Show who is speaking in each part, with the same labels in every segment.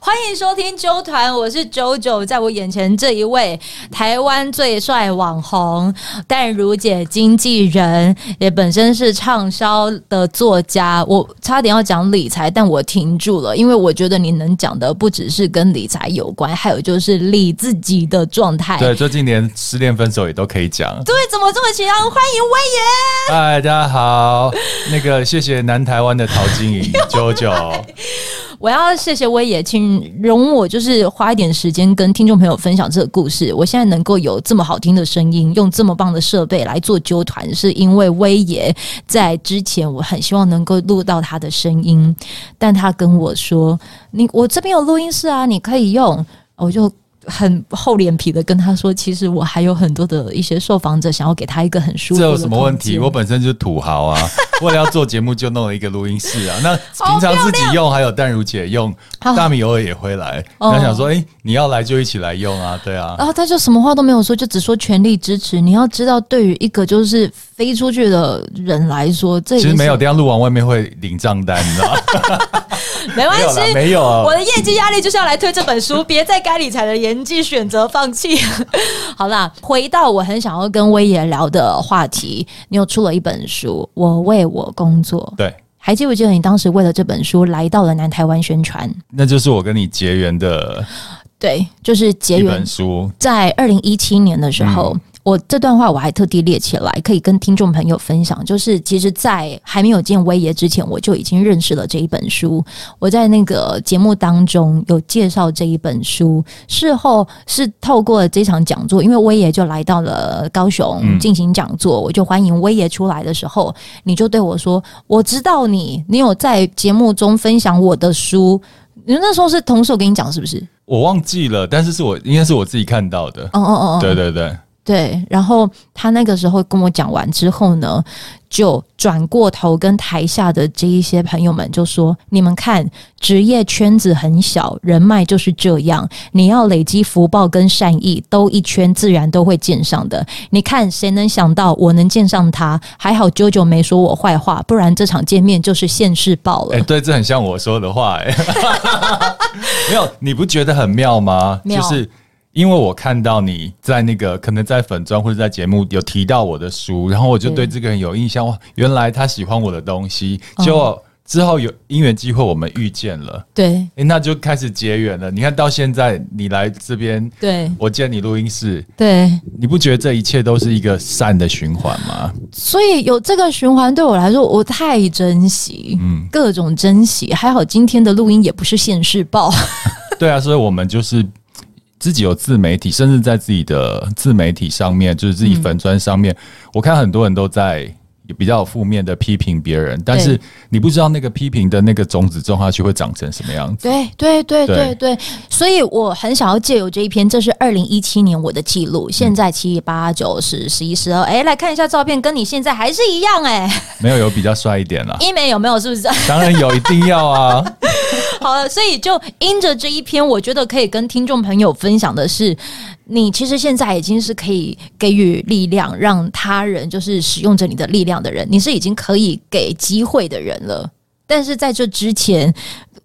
Speaker 1: 欢迎收听周团，我是周九，在我眼前这一位台湾最帅网红淡如姐经纪人，也本身是畅销的作家。我差点要讲理财，但我停住了，因为我觉得你能讲的不只是跟理财有关，还有就是理自己的状态。
Speaker 2: 对，最近连失恋分手也都可以讲。
Speaker 1: 对，怎么这么奇葩？欢迎威爷。
Speaker 2: 嗨，大家好，那个谢谢南台湾的陶 晶莹九九，
Speaker 1: 我要谢谢威爷，请容我就是花一点时间跟听众朋友分享这个故事。我现在能够有这么好听的声音，用这么棒的设备来做纠团，是因为威爷在之前我很希望能够录到他的声音，但他跟我说：“你我这边有录音室啊，你可以用。”我就。很厚脸皮的跟他说，其实我还有很多的一些受访者想要给他一个很舒服
Speaker 2: 这
Speaker 1: 的空
Speaker 2: 有
Speaker 1: 间。
Speaker 2: 什么问题？我本身就是土豪啊，为了要做节目就弄了一个录音室啊。那平常自己用，还有淡如姐用，
Speaker 1: 好
Speaker 2: 大米偶尔也会来。
Speaker 1: 哦
Speaker 2: 然后想说，哎，你要来就一起来用啊，对啊。
Speaker 1: 然后他就什么话都没有说，就只说全力支持。你要知道，对于一个就是飞出去的人来说，这已
Speaker 2: 其
Speaker 1: 经
Speaker 2: 实
Speaker 1: 是
Speaker 2: 没有，等一下录完外面会领账单，你知道吗？
Speaker 1: 没关
Speaker 2: 没有
Speaker 1: 系
Speaker 2: 啦，。没有啊
Speaker 1: 我。的业绩压力就是要来推这本书，别在该理财的年纪选择放弃。 好啦，回到我很想要跟威爷聊的话题，你又出了一本书《我为我工作》，
Speaker 2: 对，
Speaker 1: 还记不记得你当时为了这本书来到了南台湾宣传？
Speaker 2: 那就是我跟你结缘的
Speaker 1: 对，就是结
Speaker 2: 一
Speaker 1: 缘
Speaker 2: 本书。
Speaker 1: 在二零一七年的时候，
Speaker 2: 嗯
Speaker 1: 我这段话我还特地列起来，可以跟听众朋友分享。就是其实，在还没有见威爷之前，我就已经认识了这一本书。我在那个节目当中有介绍这一本书，事后是透过这场讲座，因为威爷就来到了高雄
Speaker 2: 嗯
Speaker 1: 进行讲座，我就欢迎威爷出来的时候，你就对我说：“我知道你，你有在节目中分享我的书。”你那时候是同事，我跟你讲是不是？
Speaker 2: 我忘记了，但是是我应该是我自己看到的。
Speaker 1: 哦哦哦哦，
Speaker 2: 对对对，
Speaker 1: 对，然后他那个时候跟我讲完之后呢，就转过头跟台下的这一些朋友们就说：“你们看，职业圈子很小，人脉就是这样。你要累积福报跟善意，兜一圈自然都会见上的。你看，谁能想到我能见上他？还好啾啾没说我坏话，不然这场见面就是现世报了。
Speaker 2: 哎、对，这很像我说的话、哎， 没有，你不觉得很妙吗？
Speaker 1: 妙
Speaker 2: 就是因为我看到你在那个可能在粉砖或者在节目有提到我的书，然后我就
Speaker 1: 对
Speaker 2: 对这个人有印象，哇，原来他喜欢我的东西，
Speaker 1: 嗯
Speaker 2: 结果之后有因缘机会我们遇见了，
Speaker 1: 对
Speaker 2: 哎、那就开始结缘了。你看到现在你来这边，
Speaker 1: 对
Speaker 2: 我见你录音室，
Speaker 1: 对，
Speaker 2: 你不觉得这一切都是一个善的循环吗？
Speaker 1: 所以有这个循环对我来说，我太珍惜，
Speaker 2: 嗯
Speaker 1: 各种珍惜。还好今天的录音也不是现世报，
Speaker 2: 对啊，所以我们就是自己有自媒体，甚至在自己的自媒体上面，就是自己粉砖上面，我看很多人都在。比较负面的批评别人，但是你不知道那个批评的那个种子种下去会长成什么样子。
Speaker 1: 对对对对
Speaker 2: 对
Speaker 1: 对，所以我很想要借由这一篇，这是二零一七年我的记录，现在七八九十十一十二，哎，来看一下照片，跟你现在还是一样哎、
Speaker 2: 没有有比较帅一
Speaker 1: ，
Speaker 2: 点啦
Speaker 1: 医美有没有？是不是？
Speaker 2: 当然有，一定要啊。
Speaker 1: 好了，所以就因着这一篇，我觉得可以跟听众朋友分享的是，你其实现在已经是可以给予力量，让他人就是使用着你的力量的人，你是已经可以给机会的人了。但是在这之前，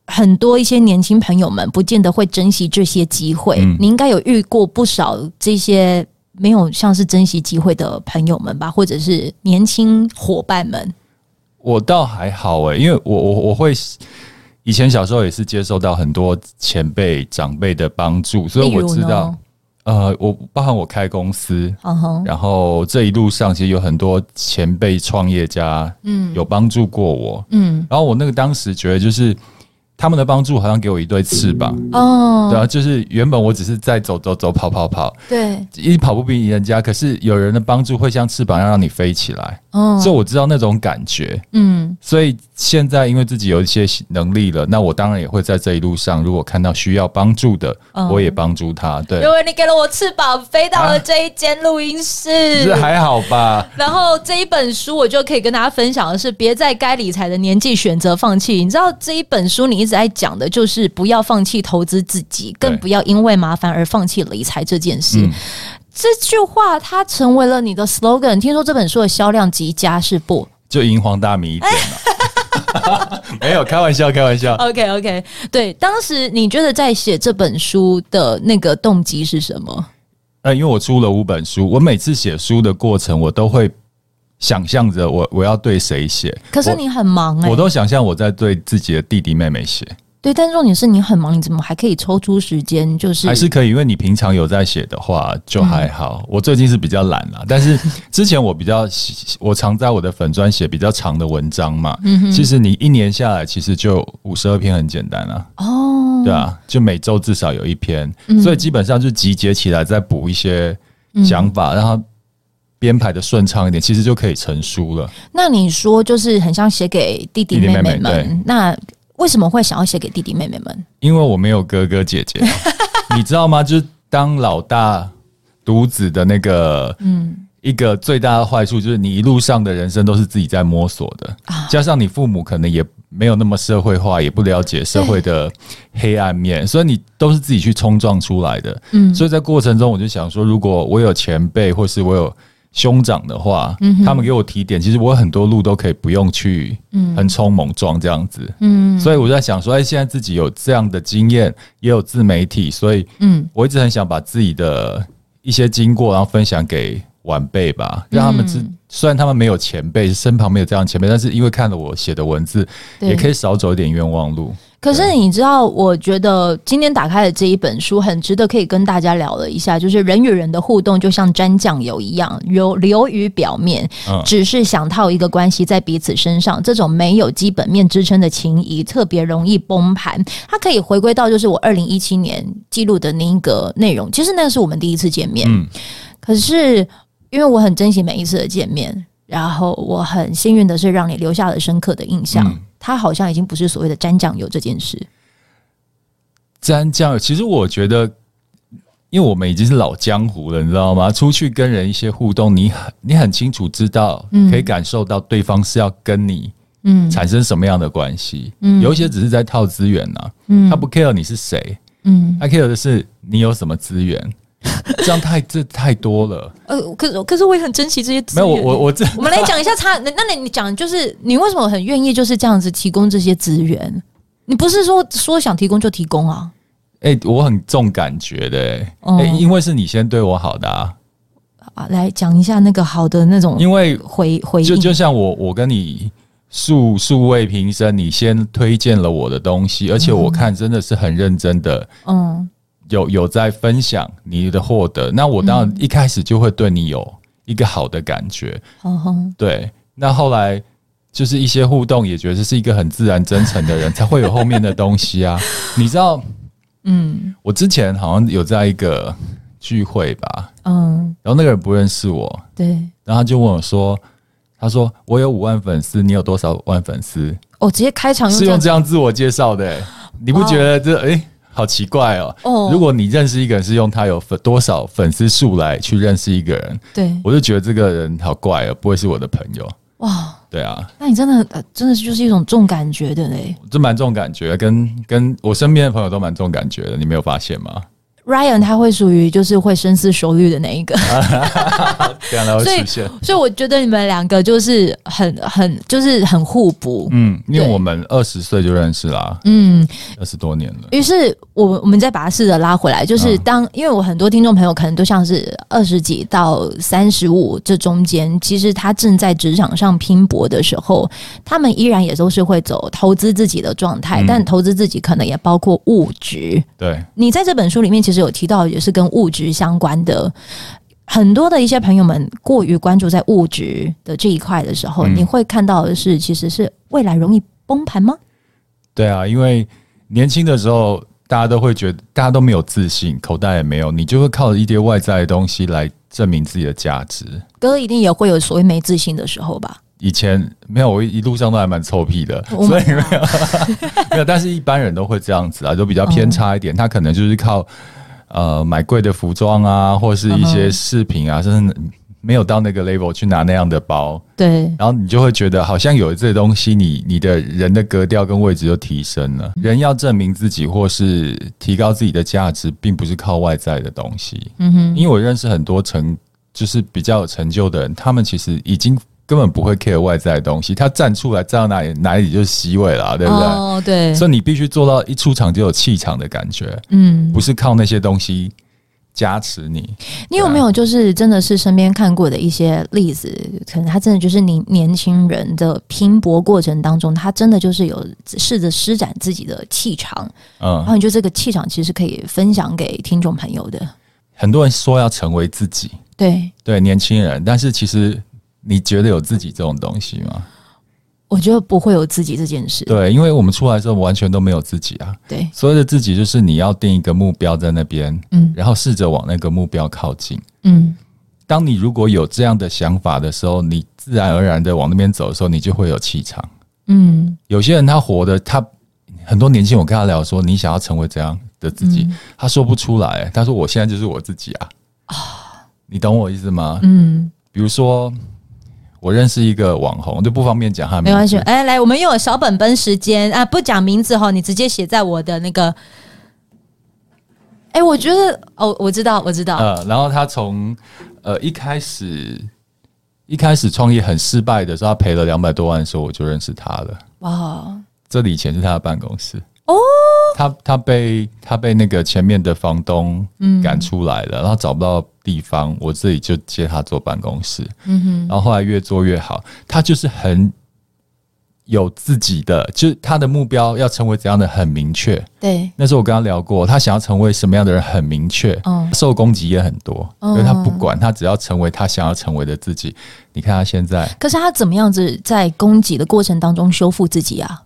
Speaker 1: 很多一些年轻朋友们不见得会珍惜这些机会。
Speaker 2: 嗯
Speaker 1: 你应该有遇过不少这些没有像是珍惜机会的朋友们吧，或者是年轻伙伴们。
Speaker 2: 我倒还好诶、因为我我我会以前小时候也是接受到很多前辈长辈的帮助，所以
Speaker 1: 例
Speaker 2: 我
Speaker 1: 如
Speaker 2: 知道
Speaker 1: 呢，，
Speaker 2: 呃，我包含我开公司，
Speaker 1: 嗯哼，
Speaker 2: 然后这一路上其实有很多前辈创业家，
Speaker 1: 嗯
Speaker 2: 嗯，有帮助过我。
Speaker 1: 嗯，
Speaker 2: 然后我那个当时觉得就是。他们的帮助好像给我一对翅膀，
Speaker 1: 哦，
Speaker 2: 对啊，就是原本我只是在走走走跑跑跑，
Speaker 1: 对，
Speaker 2: 一跑不比人家，可是有人的帮助会像翅膀要让你飞起来，
Speaker 1: 嗯
Speaker 2: 所以我知道那种感觉。
Speaker 1: 嗯
Speaker 2: 所以现在因为自己有一些能力了，那我当然也会在这一路上，如果看到需要帮助的，
Speaker 1: 嗯
Speaker 2: 我也帮助他。对
Speaker 1: 因，为你给了我翅膀，飞到了
Speaker 2: 啊
Speaker 1: 这一间录音室。
Speaker 2: 这还好吧？
Speaker 1: 然后这一本书，我就可以跟大家分享的是，别在该理财的年纪选择放弃。你知道这一本书，你一直在讲的就是不要放弃投资自己，更不要因为麻烦而放弃理财这件事。
Speaker 2: 嗯
Speaker 1: 这句话它成为 了你的 slogan。听说这本书的销量极佳，是不？
Speaker 2: 就银黄大米一点了。啊 没有开玩笑，开玩笑。
Speaker 1: OK OK，对，当时你觉得在写这本书的那个动机是什么？
Speaker 2: 呃，因为我出了五本书，我每次写书的过程，我都会想象着我我要对谁写。
Speaker 1: 可是你很忙哎、
Speaker 2: 我都想象我在对自己的弟弟妹妹写，
Speaker 1: 对，但重点是你很忙，你怎么还可以抽出时间？就是嗯
Speaker 2: 还是可以，因为你平常有在写的话就还好。我最近是比较懒啦，但是之前我比较喜我常在我的粉专写比较长的文章嘛，
Speaker 1: 嗯
Speaker 2: 其实你一年下来其实就五十二篇，很简单啊。
Speaker 1: 哦，
Speaker 2: 对啊，就每周至少有一篇，所以基本上就集结起来再补一些想法，让它编排的顺畅一点，其实就可以成书了。
Speaker 1: 那你说就是很像写给弟弟
Speaker 2: 弟弟
Speaker 1: 妹
Speaker 2: 妹妹
Speaker 1: 们，
Speaker 2: 对
Speaker 1: 那为什么会想要写给弟弟妹妹们？
Speaker 2: 因为我没有哥哥姐姐，你知道吗？就是当老大独子的那个，
Speaker 1: 嗯，
Speaker 2: 一个最大的坏处就是你一路上的人生都是自己在摸索的，加上你父母可能也没有那么社会化，也不了解社会的黑暗面，所以你都是自己去冲撞出来的。
Speaker 1: 嗯
Speaker 2: 所以在过程中，我就想说，如果我有前辈或是我有兄长的话，他们给我提点，其实我有很多路都可以不用去横冲猛撞这样子。
Speaker 1: 嗯
Speaker 2: 所以我在想说，哎，现在自己有这样的经验，也有自媒体，所以
Speaker 1: 嗯
Speaker 2: 我一直很想把自己的一些经过，然后分享给晚辈吧，
Speaker 1: 嗯
Speaker 2: 让他们知。虽然他们没有前辈，身旁没有这样的前辈，但是因为看了我写的文字，
Speaker 1: 对
Speaker 2: 也可以少走一点冤枉路。
Speaker 1: 可是你知道，我觉得今天打开的这一本书很值得可以跟大家聊了一下，就是人与人的互动就像沾酱油一样，流流于表面，
Speaker 2: 嗯
Speaker 1: 只是想套一个关系在彼此身上，这种没有基本面支撑的情谊特别容易崩盘。它可以回归到就是我二零一七年记录的那一个内容，其实那是我们第一次见面，
Speaker 2: 嗯
Speaker 1: 可是因为我很珍惜每一次的见面，然后我很幸运的是让你留下了深刻的印象。
Speaker 2: 嗯
Speaker 1: 它好像已经不是所谓的沾酱油这件事。
Speaker 2: 沾酱油，其实我觉得，因为我们已经是老江湖了，你知道吗？出去跟人一些互动，你很你很清楚知道，可以感受到对方是要跟你
Speaker 1: 嗯
Speaker 2: 产生什么样的关系。
Speaker 1: 嗯
Speaker 2: 有一些只是在套资源呐、
Speaker 1: 嗯
Speaker 2: 他不 care 你是谁，
Speaker 1: 嗯，
Speaker 2: 他 care 的是你有什么 资源。这样太这太多了，
Speaker 1: 呃，可是可是我也很珍惜这些资
Speaker 2: 没有
Speaker 1: 源。
Speaker 2: 我我我这
Speaker 1: 我们来讲一下差， 那那你讲就是你为什么很愿意就是这样子提供这些资源？你不是说说想提供就提供啊？
Speaker 2: 哎、我很重感觉的、欸，
Speaker 1: 哦
Speaker 2: 哎、因为是你先对我好的啊，
Speaker 1: 啊，来讲一下那个好的那种
Speaker 2: 因为
Speaker 1: 哦回回
Speaker 2: 就
Speaker 1: 应。
Speaker 2: 就像我我跟你素素未平生，你先推荐了我的东西，而且我看真的是很认真的，
Speaker 1: 嗯
Speaker 2: 有有在分享你的获得，那我
Speaker 1: 嗯
Speaker 2: 当然一开始就会对你有一个好的感觉，
Speaker 1: 哼哼，
Speaker 2: 对，那后来。就是一些互动，也觉得是一个很自然真诚的人，才会有后面的东西啊。你知道，
Speaker 1: 嗯
Speaker 2: 我之前好像有在一个聚会吧，
Speaker 1: 嗯，
Speaker 2: 然后那个人不认识我，
Speaker 1: 对。
Speaker 2: 然后他就问我说：“他说我有五万粉丝，你有多少万粉丝
Speaker 1: 哦，直接开？”场
Speaker 2: 是用
Speaker 1: 样子
Speaker 2: 这样自我介绍的、欸，你不觉得这诶好奇怪哦、
Speaker 1: 哦
Speaker 2: 如果你认识一个人是用他有粉多少粉丝数来去认识一个人，
Speaker 1: 对
Speaker 2: 我就觉得这个人好怪哦、不会是我的朋友。
Speaker 1: 哇。
Speaker 2: 对啊，
Speaker 1: 那你真的很呃，真的是就是一种重感觉的嘞。
Speaker 2: 就蛮这种感觉，跟跟我身边的朋友都蛮这种感觉的，你没有发现吗？
Speaker 1: Ryan 他会属于就是会深思熟虑的那一个，
Speaker 2: 这样才
Speaker 1: 所以
Speaker 2: 会出现。
Speaker 1: 所以我觉得你们两个就是很很就是很互补。
Speaker 2: 嗯，因为
Speaker 1: 对
Speaker 2: 我们二十岁就认识啦，
Speaker 1: 嗯，
Speaker 2: 二十多年了。
Speaker 1: 于是我我们再把它试着拉回来，就是当、因为我很多听众朋友可能都像是二十几到三十五这中间，其实他正在职场上拼搏的时候，他们依然也都是会走投资自己的状态，
Speaker 2: 嗯
Speaker 1: 但投资自己可能也包括物质。
Speaker 2: 对，
Speaker 1: 你在这本书里面其实有提到，也是跟物质相关的。很多的一些朋友们过于关注在物质的这一块的时候，
Speaker 2: 嗯
Speaker 1: 你会看到的是，其实是未来容易崩盘吗？
Speaker 2: 对啊，因为年轻的时候，大家都会觉得大家都没有自信，口袋也没有，你就会靠一些外在的东西来证明自己的价值。
Speaker 1: 哥一定也会有所谓没自信的时候吧？
Speaker 2: 以前没有，我一路上都还蛮臭屁的，
Speaker 1: 我
Speaker 2: 所以没有 没有，但是一般人都会这样子啊，就比较偏差
Speaker 1: 哦
Speaker 2: 一点。他可能就是靠呃买贵的服装啊，或是一
Speaker 1: 嗯
Speaker 2: 些
Speaker 1: 哼
Speaker 2: 饰品啊，甚至没有到那个 level 去拿那样的包，
Speaker 1: 对，
Speaker 2: 然后你就会觉得好像有这东西你，你的人的格调跟位置就提升了。人要证明自己或是提高自己的价值，并不是靠外在的东西。
Speaker 1: 嗯哼，
Speaker 2: 因为我认识很多成就是比较有成就的人，他们其实已经根本不会 care 外在的东西，他站出来站到哪里哪里就是 C 位啦，啊对不对？
Speaker 1: 哦，对，
Speaker 2: 所以你必须做到一出场就有气场的感觉，
Speaker 1: 嗯，
Speaker 2: 不是靠那些东西加持你。
Speaker 1: 你有没有就是真的是身边看过的一些例子？可能他真的就是你年轻人的拼搏过程当中，他真的就是有试着施展自己的气场，然
Speaker 2: 嗯，
Speaker 1: 后你觉得这个气场其实可以分享给听众朋友的。
Speaker 2: 很多人说要成为自己，
Speaker 1: 对，
Speaker 2: 对年轻人，但是其实你觉得有自己这种东西吗？
Speaker 1: 我觉得不会有自己这件事。
Speaker 2: 对，因为我们出来的时候完全都没有自己啊。
Speaker 1: 对，
Speaker 2: 所谓的自己，就是你要定一个目标在那边，
Speaker 1: 嗯
Speaker 2: 然后试着往那个目标靠近。
Speaker 1: 嗯，
Speaker 2: 当你如果有这样的想法的时候，你自然而然的往那边走的时候，你就会有气场。
Speaker 1: 嗯，
Speaker 2: 有些人他活的，他很多年轻人我跟他聊说，你想要成为怎样的自
Speaker 1: 嗯
Speaker 2: 己，他说不出来。他说我现在就是我自己啊，你懂我意思吗？
Speaker 1: 嗯，
Speaker 2: 比如说，我认识一个网红，就不方便讲他的
Speaker 1: 没
Speaker 2: 名字
Speaker 1: 关系。哎、来，我们又有小本本时间啊，不讲名字哈，你直接写在我的那个。哎、我觉得哦，我知道，我知道，
Speaker 2: 呃，然后他从呃一开始一开始创业很失败的时候，他赔了两百多万的时候，我就认识他了。
Speaker 1: 哇，
Speaker 2: 这里以前是他的办公室
Speaker 1: 哦，
Speaker 2: 他他被他被那个前面的房东
Speaker 1: 嗯
Speaker 2: 赶出来了，然后找不到地方，我这里就接他做办公室，
Speaker 1: 嗯哼，
Speaker 2: 然后后来越做越好，他就是很。有自己的，就是他的目标要成为怎样的很明确。
Speaker 1: 对，
Speaker 2: 那时候我跟他聊过，他想要成为什么样的人很明确，
Speaker 1: 嗯，
Speaker 2: 受攻击也很多，
Speaker 1: 嗯
Speaker 2: 因为他不管，他只要成为他想要成为的自己。你看他现在
Speaker 1: 可是他怎么样子在攻击的过程当中修复自己啊？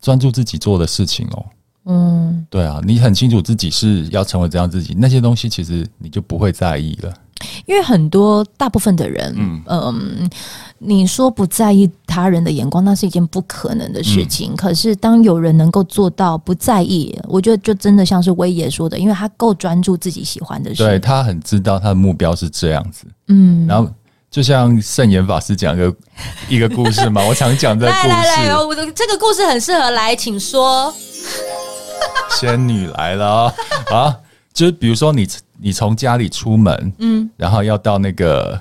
Speaker 2: 专注自己做的事情哦，
Speaker 1: 嗯，
Speaker 2: 对啊，你很清楚自己是要成为怎样自己，那些东西其实你就不会在意了。
Speaker 1: 因为很多大部分的人，嗯、你说不在意他人的眼光，那是一件不可能的事情。可是当有人能够做到不在意，我觉得就真的像是威爷说的，因为他够专注自己喜欢的
Speaker 2: 对
Speaker 1: 事。
Speaker 2: 他很知道他的目标是这样子，
Speaker 1: 嗯，
Speaker 2: 然后就像圣严法师讲 一个一个故事嘛，我常讲这个
Speaker 1: 来
Speaker 2: 故
Speaker 1: 来来，
Speaker 2: 事，
Speaker 1: 我的这个故事很适合来，请说。
Speaker 2: 仙女来了啊啊，就是比如说你你从家里出门，
Speaker 1: 嗯，
Speaker 2: 然后要到那个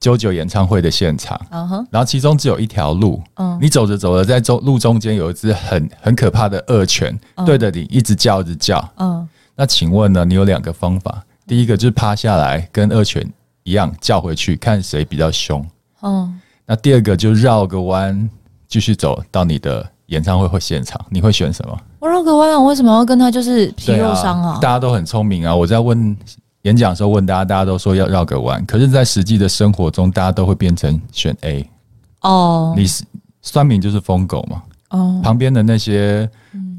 Speaker 2: 啾啾演唱会的现场。
Speaker 1: 嗯哼，
Speaker 2: 然后其中只有一条路，
Speaker 1: 嗯
Speaker 2: 你走着走着，在中路中间有一只很很可怕的恶犬，对着你一直叫，一直叫。
Speaker 1: 嗯
Speaker 2: 那请问呢？你有两个方法，第一个就是趴下来跟恶犬一样叫回去，看谁比较凶；
Speaker 1: 嗯，
Speaker 2: 那第二个就绕个弯继续走到你的演唱会或现场，你会选什么？啊
Speaker 1: 我绕个弯，我为什么要跟他就是皮肉伤
Speaker 2: 大家都很聪明啊！我在问演讲的时候问大家，大家都说要绕个弯，可是，在实际的生活中，大家都会变成选 A。
Speaker 1: 哦
Speaker 2: 你是酸民就是疯狗嘛？
Speaker 1: 哦，
Speaker 2: 旁边的那些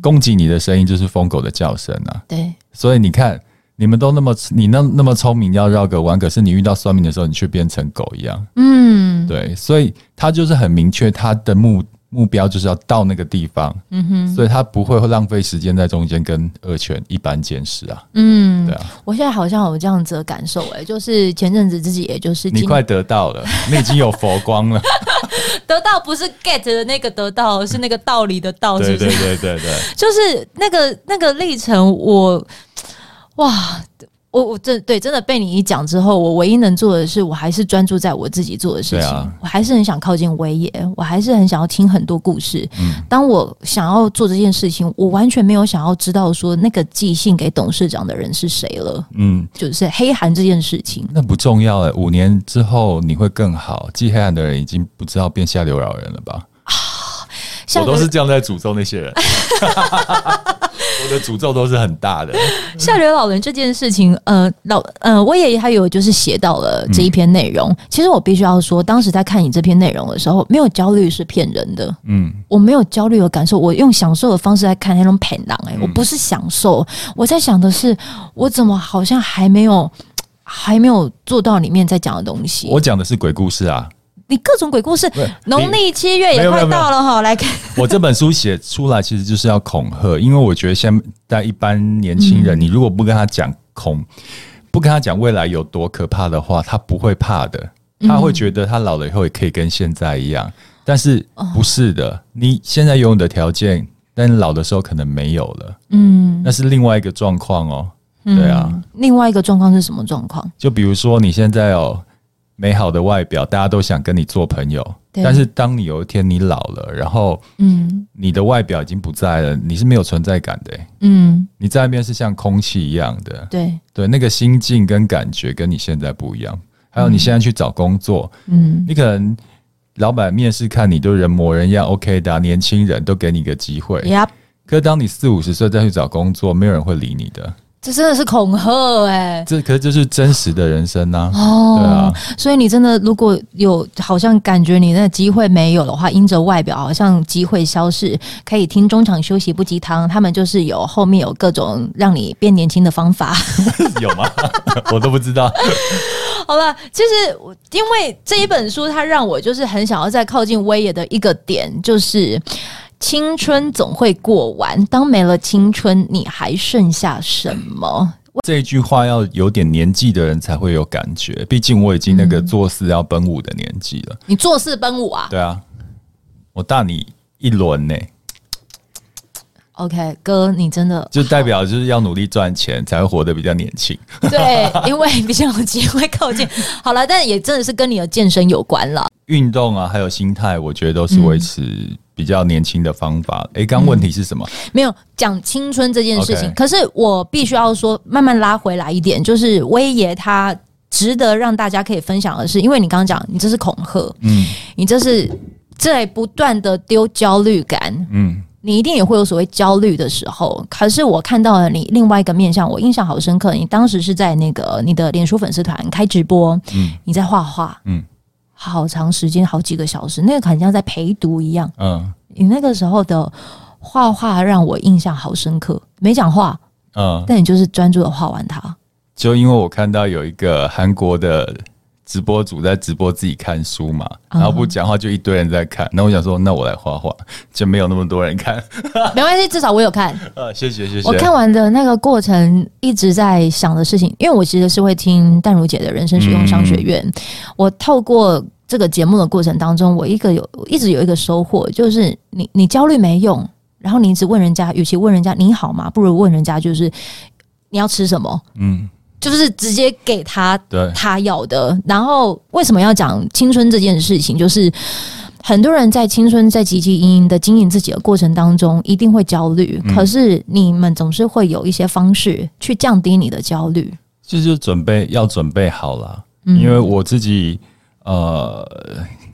Speaker 2: 攻击你的声音就是疯狗的叫声啊。
Speaker 1: 对，
Speaker 2: 所以你看，你们都那么你那那么聪明，要绕个弯，可是你遇到酸民的时候，你却变成狗一样。
Speaker 1: 嗯
Speaker 2: 对，所以他就是很明确，他的目目标就是要到那个地方，
Speaker 1: 嗯哼。
Speaker 2: 所以他不会浪费时间在中间跟恶犬一般见识啊。
Speaker 1: 嗯，
Speaker 2: 对啊，
Speaker 1: 我现在好像有这样子的感受哎、就是前阵子自己也就是
Speaker 2: 你
Speaker 1: 经
Speaker 2: 快得 到了，你已经有佛光了。
Speaker 1: 得到不是 get 的那个得到，是那个道理的道，哦是
Speaker 2: 对
Speaker 1: 不
Speaker 2: 对
Speaker 1: 是？
Speaker 2: 对对对，
Speaker 1: 就是那个那个历程我，哇。我我真对真的被你一讲之后，我唯一能做的是，我还是专注在我自己做的事
Speaker 2: 对
Speaker 1: 情。
Speaker 2: 啊
Speaker 1: 我还是很想靠近威爷，我还是很想要听很多故事。
Speaker 2: 嗯
Speaker 1: 当我想要做这件事情，我完全没有想要知道说那个寄信给董事长的人是谁了，
Speaker 2: 嗯，
Speaker 1: 就是黑函这件事情。
Speaker 2: 那不重要哎、五年之后你会更好。记黑暗的人已经不知道变下流老人了吧？
Speaker 1: 下
Speaker 2: 我
Speaker 1: 个
Speaker 2: 都是这样在诅咒那 些人，我的诅咒都是很大的。
Speaker 1: 下流老人这件事情，呃，老呃，我也还有就是写到了这一篇内容。
Speaker 2: 嗯
Speaker 1: 其实我必须要说，当时在看你这篇内容的时候，没有焦虑是骗人的。
Speaker 2: 嗯，
Speaker 1: 我没有焦虑的感受，我用享受的方式在看那种片浪、欸。哎、
Speaker 2: 嗯
Speaker 1: 我不是享受，我在想的是，我怎么好像还没有。还没有做到里面在讲的东西，
Speaker 2: 我讲的是鬼故事啊。
Speaker 1: 你各种鬼故事
Speaker 2: 不是，
Speaker 1: 农历七月也快到了哈，来看，
Speaker 2: 我这本书写出来其实就是要恐吓，因为我觉得现在一般年轻
Speaker 1: 嗯
Speaker 2: 人，你如果不跟他讲恐，不跟他讲未来有多可怕的话，他不会怕的，
Speaker 1: 嗯
Speaker 2: 他会觉得他老了以后也可以跟现在一样。但是
Speaker 1: 哦
Speaker 2: 不是的，你现在有你的条件，但你老的时候可能没有了，
Speaker 1: 嗯，
Speaker 2: 那是另外一个状况哦。对啊，
Speaker 1: 嗯。另外一个状况是什么状况？
Speaker 2: 就比如说你现在哦美好的外表，大家都想跟你做朋友。
Speaker 1: 对
Speaker 2: 但是当你有一天你老了，然后
Speaker 1: 嗯
Speaker 2: 你的外表已经不在了，你是没有存在感的欸、
Speaker 1: 嗯，
Speaker 2: 你在那边是像空气一样的，
Speaker 1: 对，
Speaker 2: 对，那个心境跟感觉跟你现在不一样。还有你现在去找工作，
Speaker 1: 嗯
Speaker 2: 你可能老板面试看你都人模人样，OK 的啊、年轻人都给你一个机会。
Speaker 1: 呀，
Speaker 2: 可是当你四五十岁再去找工作，没有人会理你的。
Speaker 1: 这真的是恐吓哎、
Speaker 2: 这可是这是真实的人生呐、
Speaker 1: 哦，
Speaker 2: 对啊，
Speaker 1: 所以你真的如果有好像感觉你那机会没有的话，因着外表好像机会消逝，可以听中场休息不鸡汤，他们就是有后面有各种让你变年轻的方 法。
Speaker 2: 啊有吗？我都不知道。
Speaker 1: 好了，其实我因为这一本书，它让我就是很想要再靠近威爷的一个点，就是青春总会过完，当没了青春，你还剩下什么？
Speaker 2: 这一句话要有点年纪的人才会有感觉，毕竟我已经那个做事要奔五的年纪了。
Speaker 1: 你做事奔五啊
Speaker 2: 对啊，我大你一轮呢、
Speaker 1: ？OK，哥，你真的
Speaker 2: 就代表就是要努力赚钱才会活得比较年轻。
Speaker 1: 对，因为比较有机会靠近。好了，但也真的是跟你的健身有关了。
Speaker 2: 运动啊，还有心态，我觉得都是维持比较年轻的方法。诶，刚问题是什么？
Speaker 1: 没有讲青春这件事情
Speaker 2: OK
Speaker 1: 可是我必须要说，慢慢拉回来一点，就是威爷他值得让大家可以分享的是，因为你刚刚讲，你这是恐吓，
Speaker 2: 嗯
Speaker 1: 你这是在不断的丢焦虑感。
Speaker 2: 嗯，
Speaker 1: 你一定也会有所谓焦虑的时候，可是我看到了你另外一个面向，我印象好深刻。你当时是在那个你的脸书粉丝团开直播，
Speaker 2: 嗯
Speaker 1: 你在画画，
Speaker 2: 嗯
Speaker 1: 好长时间，好几个小时，那个很像在陪读一样。
Speaker 2: 嗯
Speaker 1: 你那个时候的画画让我印象好深刻，没讲话，
Speaker 2: 嗯，
Speaker 1: 但你就是专注的画完它。
Speaker 2: 就因为我看到有一个韩国的直播主在直播自己看书嘛，然后不讲话就一堆人在看，那我想说，那我来画画，就没有那么多人看。
Speaker 1: 没关系，至少我有看。
Speaker 2: 呃，谢谢谢谢。
Speaker 1: 我看完的那个过程，一直在想的事情，因为我其实是会听淡如姐的人生实用商学院。我透过这个节目的过程当中，我一个有一直有一个收获，就是你你焦虑没用，然后你一直问人家，与其问人家你好吗，不如问人家就是你要吃什么，
Speaker 2: 嗯，
Speaker 1: 就是直接给他
Speaker 2: 对，
Speaker 1: 他要的。然后为什么要讲青春这件事情？就是很多人在青春在汲汲营营的经营自己的过程当中，一定会焦虑。
Speaker 2: 嗯
Speaker 1: 可是你们总是会有一些方式去降低你的焦虑。
Speaker 2: 这就准备要准备好了，
Speaker 1: 嗯
Speaker 2: 因为我自己呃，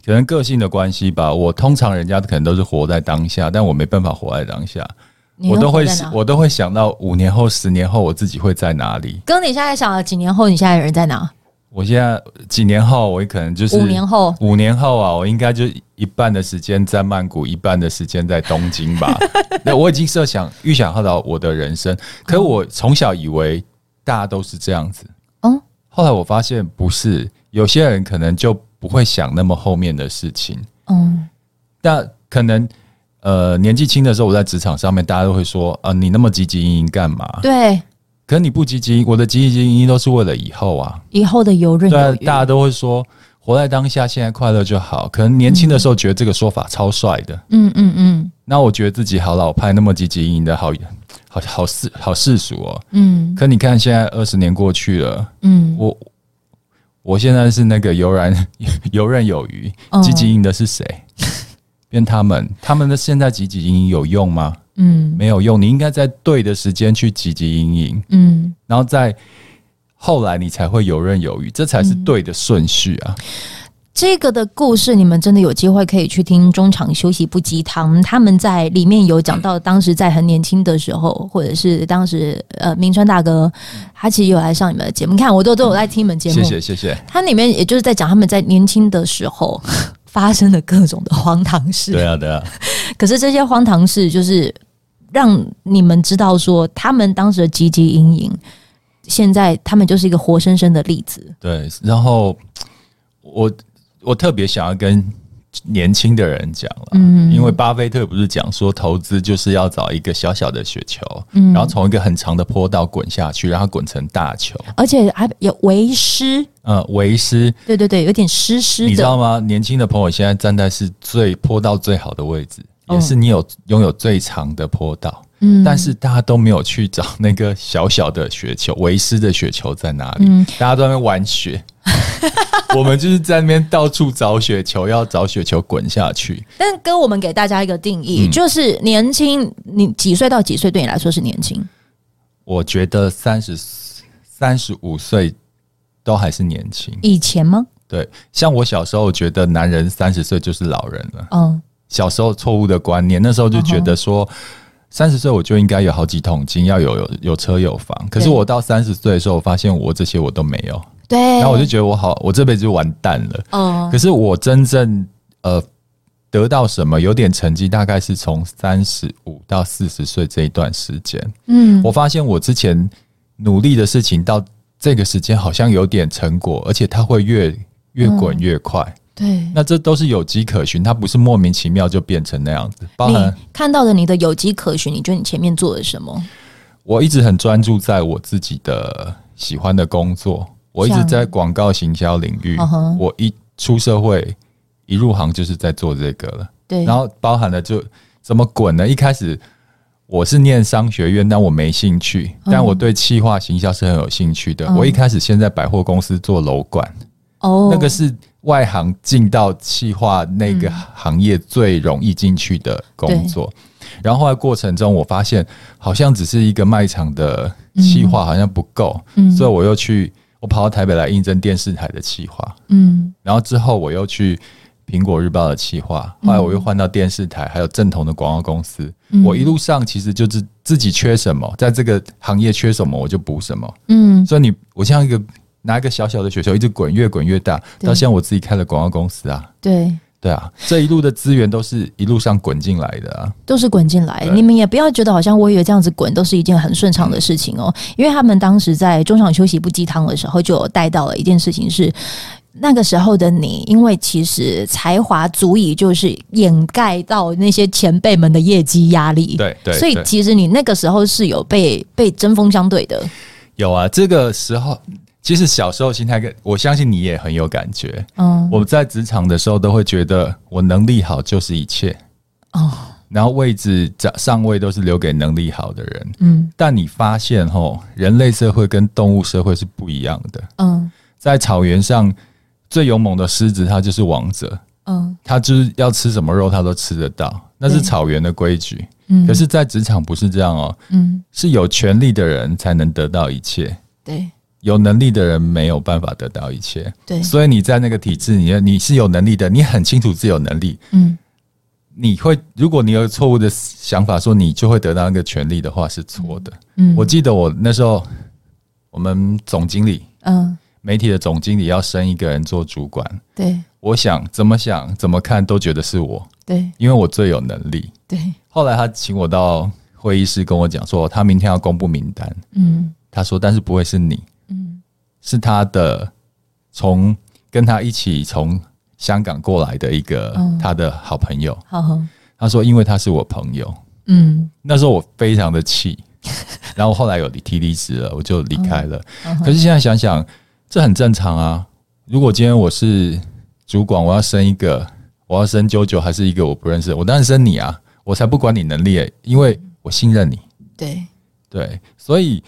Speaker 2: 可能个性的关系吧，我通常人家可能都是活在当下，但我没办法活在当下，
Speaker 1: 你
Speaker 2: 我都会
Speaker 1: 活在哪
Speaker 2: 我都会想到五年后、十年后我自己会在哪里。
Speaker 1: 哥，你现在想了几年后，你现在人在哪？
Speaker 2: 我现在几年后，我可能就是
Speaker 1: 五年后。
Speaker 2: 五年后啊，我应该就一半的时间在曼谷，一半的时间在东京吧。那我已经设想预想好了我的人生，可我从小以为大家都是这样子，
Speaker 1: 嗯，
Speaker 2: 后来我发现不是，有些人可能就不会想那么后面的事情。
Speaker 1: 嗯，
Speaker 2: 那可能呃年纪轻的时候，我在职场上面，大家都会说啊、你那么积极营营干嘛？
Speaker 1: 对，
Speaker 2: 可你不积极，我的积极营营都是为了以后啊。
Speaker 1: 以后的游刃
Speaker 2: 对啊
Speaker 1: 有，余。
Speaker 2: 大家都会说活在当下，现在快乐就好。可能年轻的时候觉得这个说法超帅的，
Speaker 1: 嗯嗯嗯
Speaker 2: 那我觉得自己好老派，那么积极营营的好好好世好世俗哦。
Speaker 1: 嗯
Speaker 2: 可你看现在二十年过去了，
Speaker 1: 嗯，
Speaker 2: 我我现在是那个游然 游刃有余，
Speaker 1: 嗯
Speaker 2: 积极营的是谁？变他们，他们的现在积极营营有用吗？
Speaker 1: 嗯
Speaker 2: 没有用，你应该在对的时间去积极营营，
Speaker 1: 嗯，
Speaker 2: 然后在后来你才会游刃有余，这才
Speaker 1: 嗯
Speaker 2: 是对的顺序啊。
Speaker 1: 这个的故事，你们真的有机会可以去听中场休息不鸡汤。他们在里面有讲到，当时在很年轻的时候，或者是当时呃，明川大哥他其实有来上你们的节目。你看，我都都有在听你们节目。
Speaker 2: 嗯谢谢谢谢，
Speaker 1: 他里面也就是在讲他们在年轻的时候发生的各种的荒唐
Speaker 2: 对
Speaker 1: 事。
Speaker 2: 啊对啊，
Speaker 1: 可是这些荒唐事，就是让你们知道说，他们当时的汲汲营营，现在他们就是一个活生生的例子。
Speaker 2: 对。然后我我特别想要跟年轻的人讲了，
Speaker 1: 嗯
Speaker 2: 因为巴菲特不是讲说投资就是要找一个小小的雪球，
Speaker 1: 嗯
Speaker 2: 然后从一个很长的坡道滚下去，让它滚成大球。
Speaker 1: 而且还有为师，
Speaker 2: 呃，为师，
Speaker 1: 对对对，有点湿湿的。
Speaker 2: 你知道吗？年轻的朋友现在站在是最坡道最好的位置，也
Speaker 1: 嗯
Speaker 2: 是你有拥有最长的坡道。
Speaker 1: 嗯
Speaker 2: 但是大家都没有去
Speaker 1: 嗯
Speaker 2: 找那个小小的雪球，为师的雪球在哪里？大家都在那边玩雪，我们就是在那边到处找雪球，要找雪球滚下去。
Speaker 1: 但哥，我们给大家一个定
Speaker 2: 嗯
Speaker 1: 义，就是年轻，你几岁到几岁对你来说是年轻？
Speaker 2: 我觉得三十三十五岁都还是年轻。
Speaker 1: 以前吗？
Speaker 2: 对，像我小时候觉得男人三十岁就是老人了，
Speaker 1: 嗯，
Speaker 2: 小时候错误的观念，那时候就觉得说。三十岁我就应该有好几桶金，要有有有车有房。可是
Speaker 1: 对
Speaker 2: 我到三十岁的时候，我发现我这些我都没有，
Speaker 1: 对。
Speaker 2: 然后我就觉得我好，我这辈子就完蛋了。
Speaker 1: 哎嗯
Speaker 2: 可是我真正呃得到什么有点成绩，大概是从三十五到四十岁这一段时间，
Speaker 1: 嗯，
Speaker 2: 我发现我之前努力的事情到这个时间好像有点成果，而且它会越越
Speaker 1: 嗯
Speaker 2: 滚越快。
Speaker 1: 对。
Speaker 2: 那这都是有迹可循，它不是莫名其妙就变成那样子。包含
Speaker 1: 你看到的你的有迹可循，你觉得你前面做了什么？
Speaker 2: 我一直很专注在我自己的喜欢的工作，我一直
Speaker 1: 像
Speaker 2: 在广告行销领域
Speaker 1: 嗯哼。
Speaker 2: 我一出社会，一入行就是在做这个了。
Speaker 1: 对，
Speaker 2: 然后包含了就怎么滚呢？一开始我是念商学院，但我没兴趣，
Speaker 1: 嗯
Speaker 2: 但我对企划行销是很有兴趣的。
Speaker 1: 嗯
Speaker 2: 我一开始先在百货公司做楼管，
Speaker 1: 哦，
Speaker 2: 那个是外行进到企划那个行业最容易进去的工作。然后后来过程中，我发现好像只是一个卖场的企划好像不够，
Speaker 1: 嗯
Speaker 2: 所以我又去我跑到台北来应征电视台的企划，
Speaker 1: 嗯
Speaker 2: 然后之后我又去苹果日报的企划，后来我又换到电视台，还有正统的广告公司。
Speaker 1: 嗯
Speaker 2: 我一路上其实就是自己缺什么，在这个行业缺什么我就补什么。
Speaker 1: 嗯，
Speaker 2: 所以你，我像一个拿一个小小的雪球，一直滚，越滚越大，
Speaker 1: 对
Speaker 2: 到现在我自己开了广告公司啊，
Speaker 1: 对，
Speaker 2: 对啊，这一路的资源都是一路上滚进来的啊。
Speaker 1: 都是滚进来。
Speaker 2: 对
Speaker 1: 你们也不要觉得好像我以为这样子滚都是一件很顺畅的事情哦，因为他们当时在中场休息不鸡汤的时候，就有带到了一件事情是。那个时候的你，因为其实才华足以就是掩盖到那些前辈们的业绩压力，
Speaker 2: 对对
Speaker 1: 所以
Speaker 2: 对
Speaker 1: 其实你那个时候是有被被针锋相对的，
Speaker 2: 有啊，这个时候其实小时候心态跟我相信你也很有感觉。
Speaker 1: 嗯，
Speaker 2: 我在职场的时候都会觉得我能力好就是一切，
Speaker 1: 哦，
Speaker 2: 然后位置上上位都是留给能力好的人。
Speaker 1: 嗯
Speaker 2: 但你发现吼，人类社会跟动物社会是不一样的。
Speaker 1: 嗯
Speaker 2: 在草原上，最勇猛的狮子它就是王者，
Speaker 1: 嗯
Speaker 2: 它就是要吃什么肉它都吃得到，那是
Speaker 1: 对
Speaker 2: 草原的规矩。
Speaker 1: 嗯，
Speaker 2: 可是，在职场不是这样哦，
Speaker 1: 嗯，
Speaker 2: 是有权利的人才能得到一切，
Speaker 1: 对
Speaker 2: 有能力的人没有办法得到一切。
Speaker 1: 对，
Speaker 2: 所以你在那个体制里面，你是有能力的，你很清楚自己有能力。
Speaker 1: 嗯
Speaker 2: 你会，如果你有错误的想法，说你就会得到那个权利的话，是错的。
Speaker 1: 嗯，
Speaker 2: 我记得我那时候，我们总经理，
Speaker 1: 嗯
Speaker 2: 媒体的总经理要升一个人做主管，
Speaker 1: 对
Speaker 2: 我想怎么想怎么看都觉得是我，
Speaker 1: 对
Speaker 2: 因为我最有能力。
Speaker 1: 对，
Speaker 2: 后来他请我到会议室跟我讲说，他明天要公布名单，
Speaker 1: 嗯
Speaker 2: 他说但是不会是你，
Speaker 1: 嗯
Speaker 2: 是他的从跟他一起从香港过来的一个
Speaker 1: 嗯
Speaker 2: 他的好朋友。
Speaker 1: 好好
Speaker 2: 他说因为他是我朋友，
Speaker 1: 嗯
Speaker 2: 那时候我非常的 气，然后后来有提离职了，我就离开了。
Speaker 1: 嗯
Speaker 2: 可是现在想想，这很正常啊。如果今天我是主管，我要升一个，我要升九九还是一个我不认识的，我当然升你啊，我才不管你能力耶、因为我信任你。
Speaker 1: 对
Speaker 2: 对，所以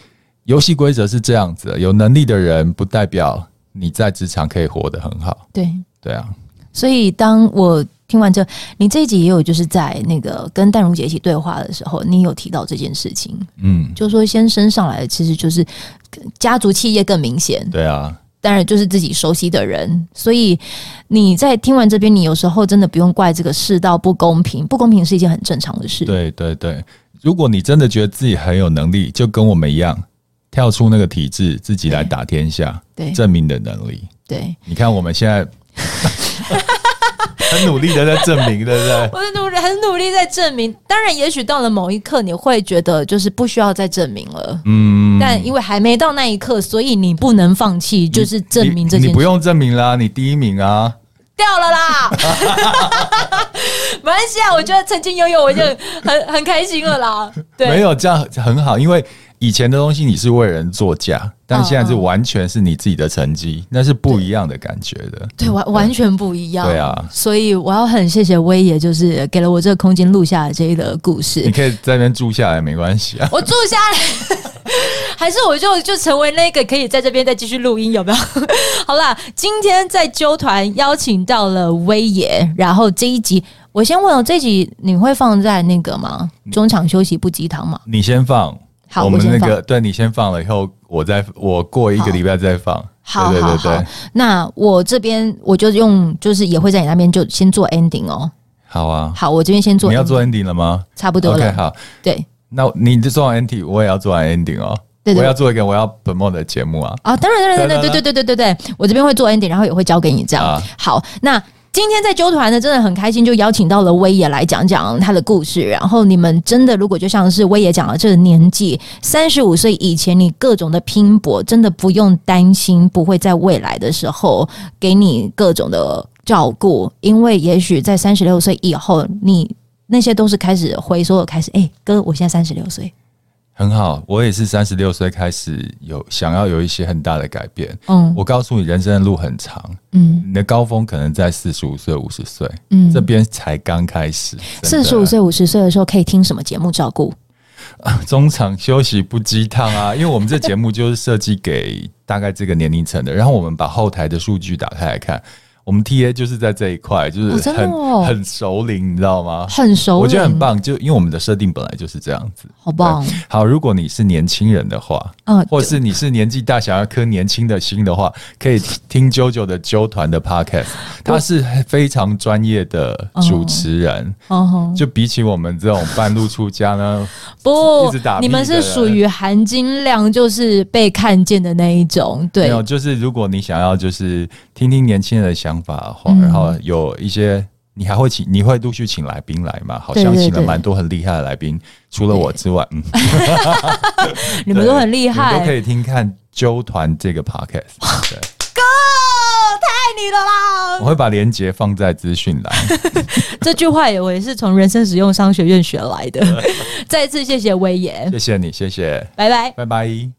Speaker 2: 游戏规则是这样子的，有能力的人不代表你在职场可以活得很好。
Speaker 1: 对，
Speaker 2: 对啊，
Speaker 1: 所以当我听完这，你这一集也有就是在那个跟淡如姐一起对话的时候，你有提到这件事情，
Speaker 2: 嗯，
Speaker 1: 就说先升上来的其实就是家族企业更明显，
Speaker 2: 对啊，
Speaker 1: 当然就是自己熟悉的人，所以你在听完这边，你有时候真的不用怪这个世道不公平，不公平是一件很正常的事，
Speaker 2: 对对对。如果你真的觉得自己很有能力，就跟我们一样，跳出那个体制，自己来打天下，
Speaker 1: 对
Speaker 2: 证明你的能力。
Speaker 1: 对，
Speaker 2: 你看我们现在 很努力的在证明，对不对？
Speaker 1: 我努力很努力在证明，当然，也许到了某一刻，你会觉得就是不需要再证明了。
Speaker 2: 嗯，
Speaker 1: 但因为还没到那一刻，所以你不能放弃，就是证明这
Speaker 2: 你
Speaker 1: 件
Speaker 2: 你不
Speaker 1: 事
Speaker 2: 用证明啦，你第一名啊，
Speaker 1: 掉了 啦。马来西亚，啊我觉得曾经拥有我就很很开心了啦。
Speaker 2: 没
Speaker 1: 对，
Speaker 2: 有这样很好，因为以前的东西你是为人作嫁，但现
Speaker 1: 嗯
Speaker 2: 在是完全是你自己的成绩，那是不一样的感觉的。
Speaker 1: 对，完完全不一样。
Speaker 2: 对啊
Speaker 1: 所以我要很谢谢威爷，就是给了我这个空间录下了这一个故事
Speaker 2: 你。可以在那边住下来没关系啊，
Speaker 1: 我住下来，还是我就就成为那个可以在这边再继续录音，有没有？ 好啦，今天在纠团邀请到了威爷，然后这一集我先问哦，这一集你会放在那个吗？中场休息不鸡汤吗？
Speaker 2: 你先放，
Speaker 1: 好
Speaker 2: 嗯我们
Speaker 1: 我先
Speaker 2: 那
Speaker 1: 放
Speaker 2: 个对你先放了以后，我再我过一个礼拜再放。
Speaker 1: 好
Speaker 2: 对
Speaker 1: 好
Speaker 2: 对对
Speaker 1: 好
Speaker 2: 对，，
Speaker 1: 那我这边我就用，就是也会在你那边就先做 ending 哦。
Speaker 2: 好啊。
Speaker 1: 好，我这边先做，
Speaker 2: 你要做 ending 了吗？
Speaker 1: 差不多
Speaker 2: OK，
Speaker 1: 了。
Speaker 2: 好，
Speaker 1: 对，
Speaker 2: 那你就做完 ending，我也要做完 ending 哦。
Speaker 1: 对对
Speaker 2: 我要做一个我要 promote 的节目啊。
Speaker 1: 啊，当然，当然，当然，对对对对对对，我这边会做 ending，然后也会交给你这样。
Speaker 2: 啊
Speaker 1: 好，那。今天在纠团呢，真的很开心，就邀请到了威爷来讲讲他的故事。然后你们真的，如果就像是威爷讲的这个年纪，三十五岁以前，你各种的拼搏，真的不用担心不会在未来的时候给你各种的照顾，因为也许在三十六岁以后，你那些都是开始回收，开始哎、哥，我现在三十六岁，
Speaker 2: 很好，我也是三十六岁开始有想要有一些很大的改变。
Speaker 1: 嗯
Speaker 2: 我告诉你，人生的路很长，
Speaker 1: 嗯
Speaker 2: 你的高峰可能在四十五岁、五十岁，
Speaker 1: 嗯
Speaker 2: 这边才刚开始。真
Speaker 1: 四
Speaker 2: 的
Speaker 1: 十五岁、五十岁的时候可以听什么节目照顾？
Speaker 2: 中场休息不鸡汤啊， 因为我们这节目就是设计给大概这个年龄层的，然后我们把后台的数据打开来看，我们 TA 就是在这一块，就
Speaker 1: 哦
Speaker 2: 是
Speaker 1: 真的
Speaker 2: 很、
Speaker 1: 哦
Speaker 2: 很熟龄，你知道吗？
Speaker 1: 很熟，
Speaker 2: 我觉得很，棒，就因为我们的设定本来就是这样子。
Speaker 1: 好棒，
Speaker 2: 好，如果你是年轻人的话，
Speaker 1: 嗯，
Speaker 2: 或是你是年纪大想要颗年轻的心的话，可以听 JoJo 的纠团的 Podcast，他是非常专业的主持人。
Speaker 1: 嗯哼，
Speaker 2: 就比起我们这种半路出家呢，
Speaker 1: 不
Speaker 2: 一直打，屁
Speaker 1: 你们是属于含金量就是被看见的那一种，
Speaker 2: 没
Speaker 1: 对，
Speaker 2: 有，就是如果你想要就是听听年轻人的想法的话，
Speaker 1: 嗯
Speaker 2: 然后有一些你还会请，你会陆续请来宾来嘛？好
Speaker 1: 对
Speaker 2: 像
Speaker 1: 对
Speaker 2: 请了
Speaker 1: 对
Speaker 2: 蛮多很厉害的来宾，除了我之外，嗯，
Speaker 1: 你们都很厉
Speaker 2: 你们都可
Speaker 1: 害。
Speaker 2: 以听看纠团这个 Podcast。对，
Speaker 1: 哥，太你了啦！
Speaker 2: 我会把链接放在资讯栏。
Speaker 1: 这句话也我也是从人生实用 商学院学来的。再次谢谢威爷，
Speaker 2: 谢谢你，谢谢，
Speaker 1: 拜拜。
Speaker 2: 拜拜。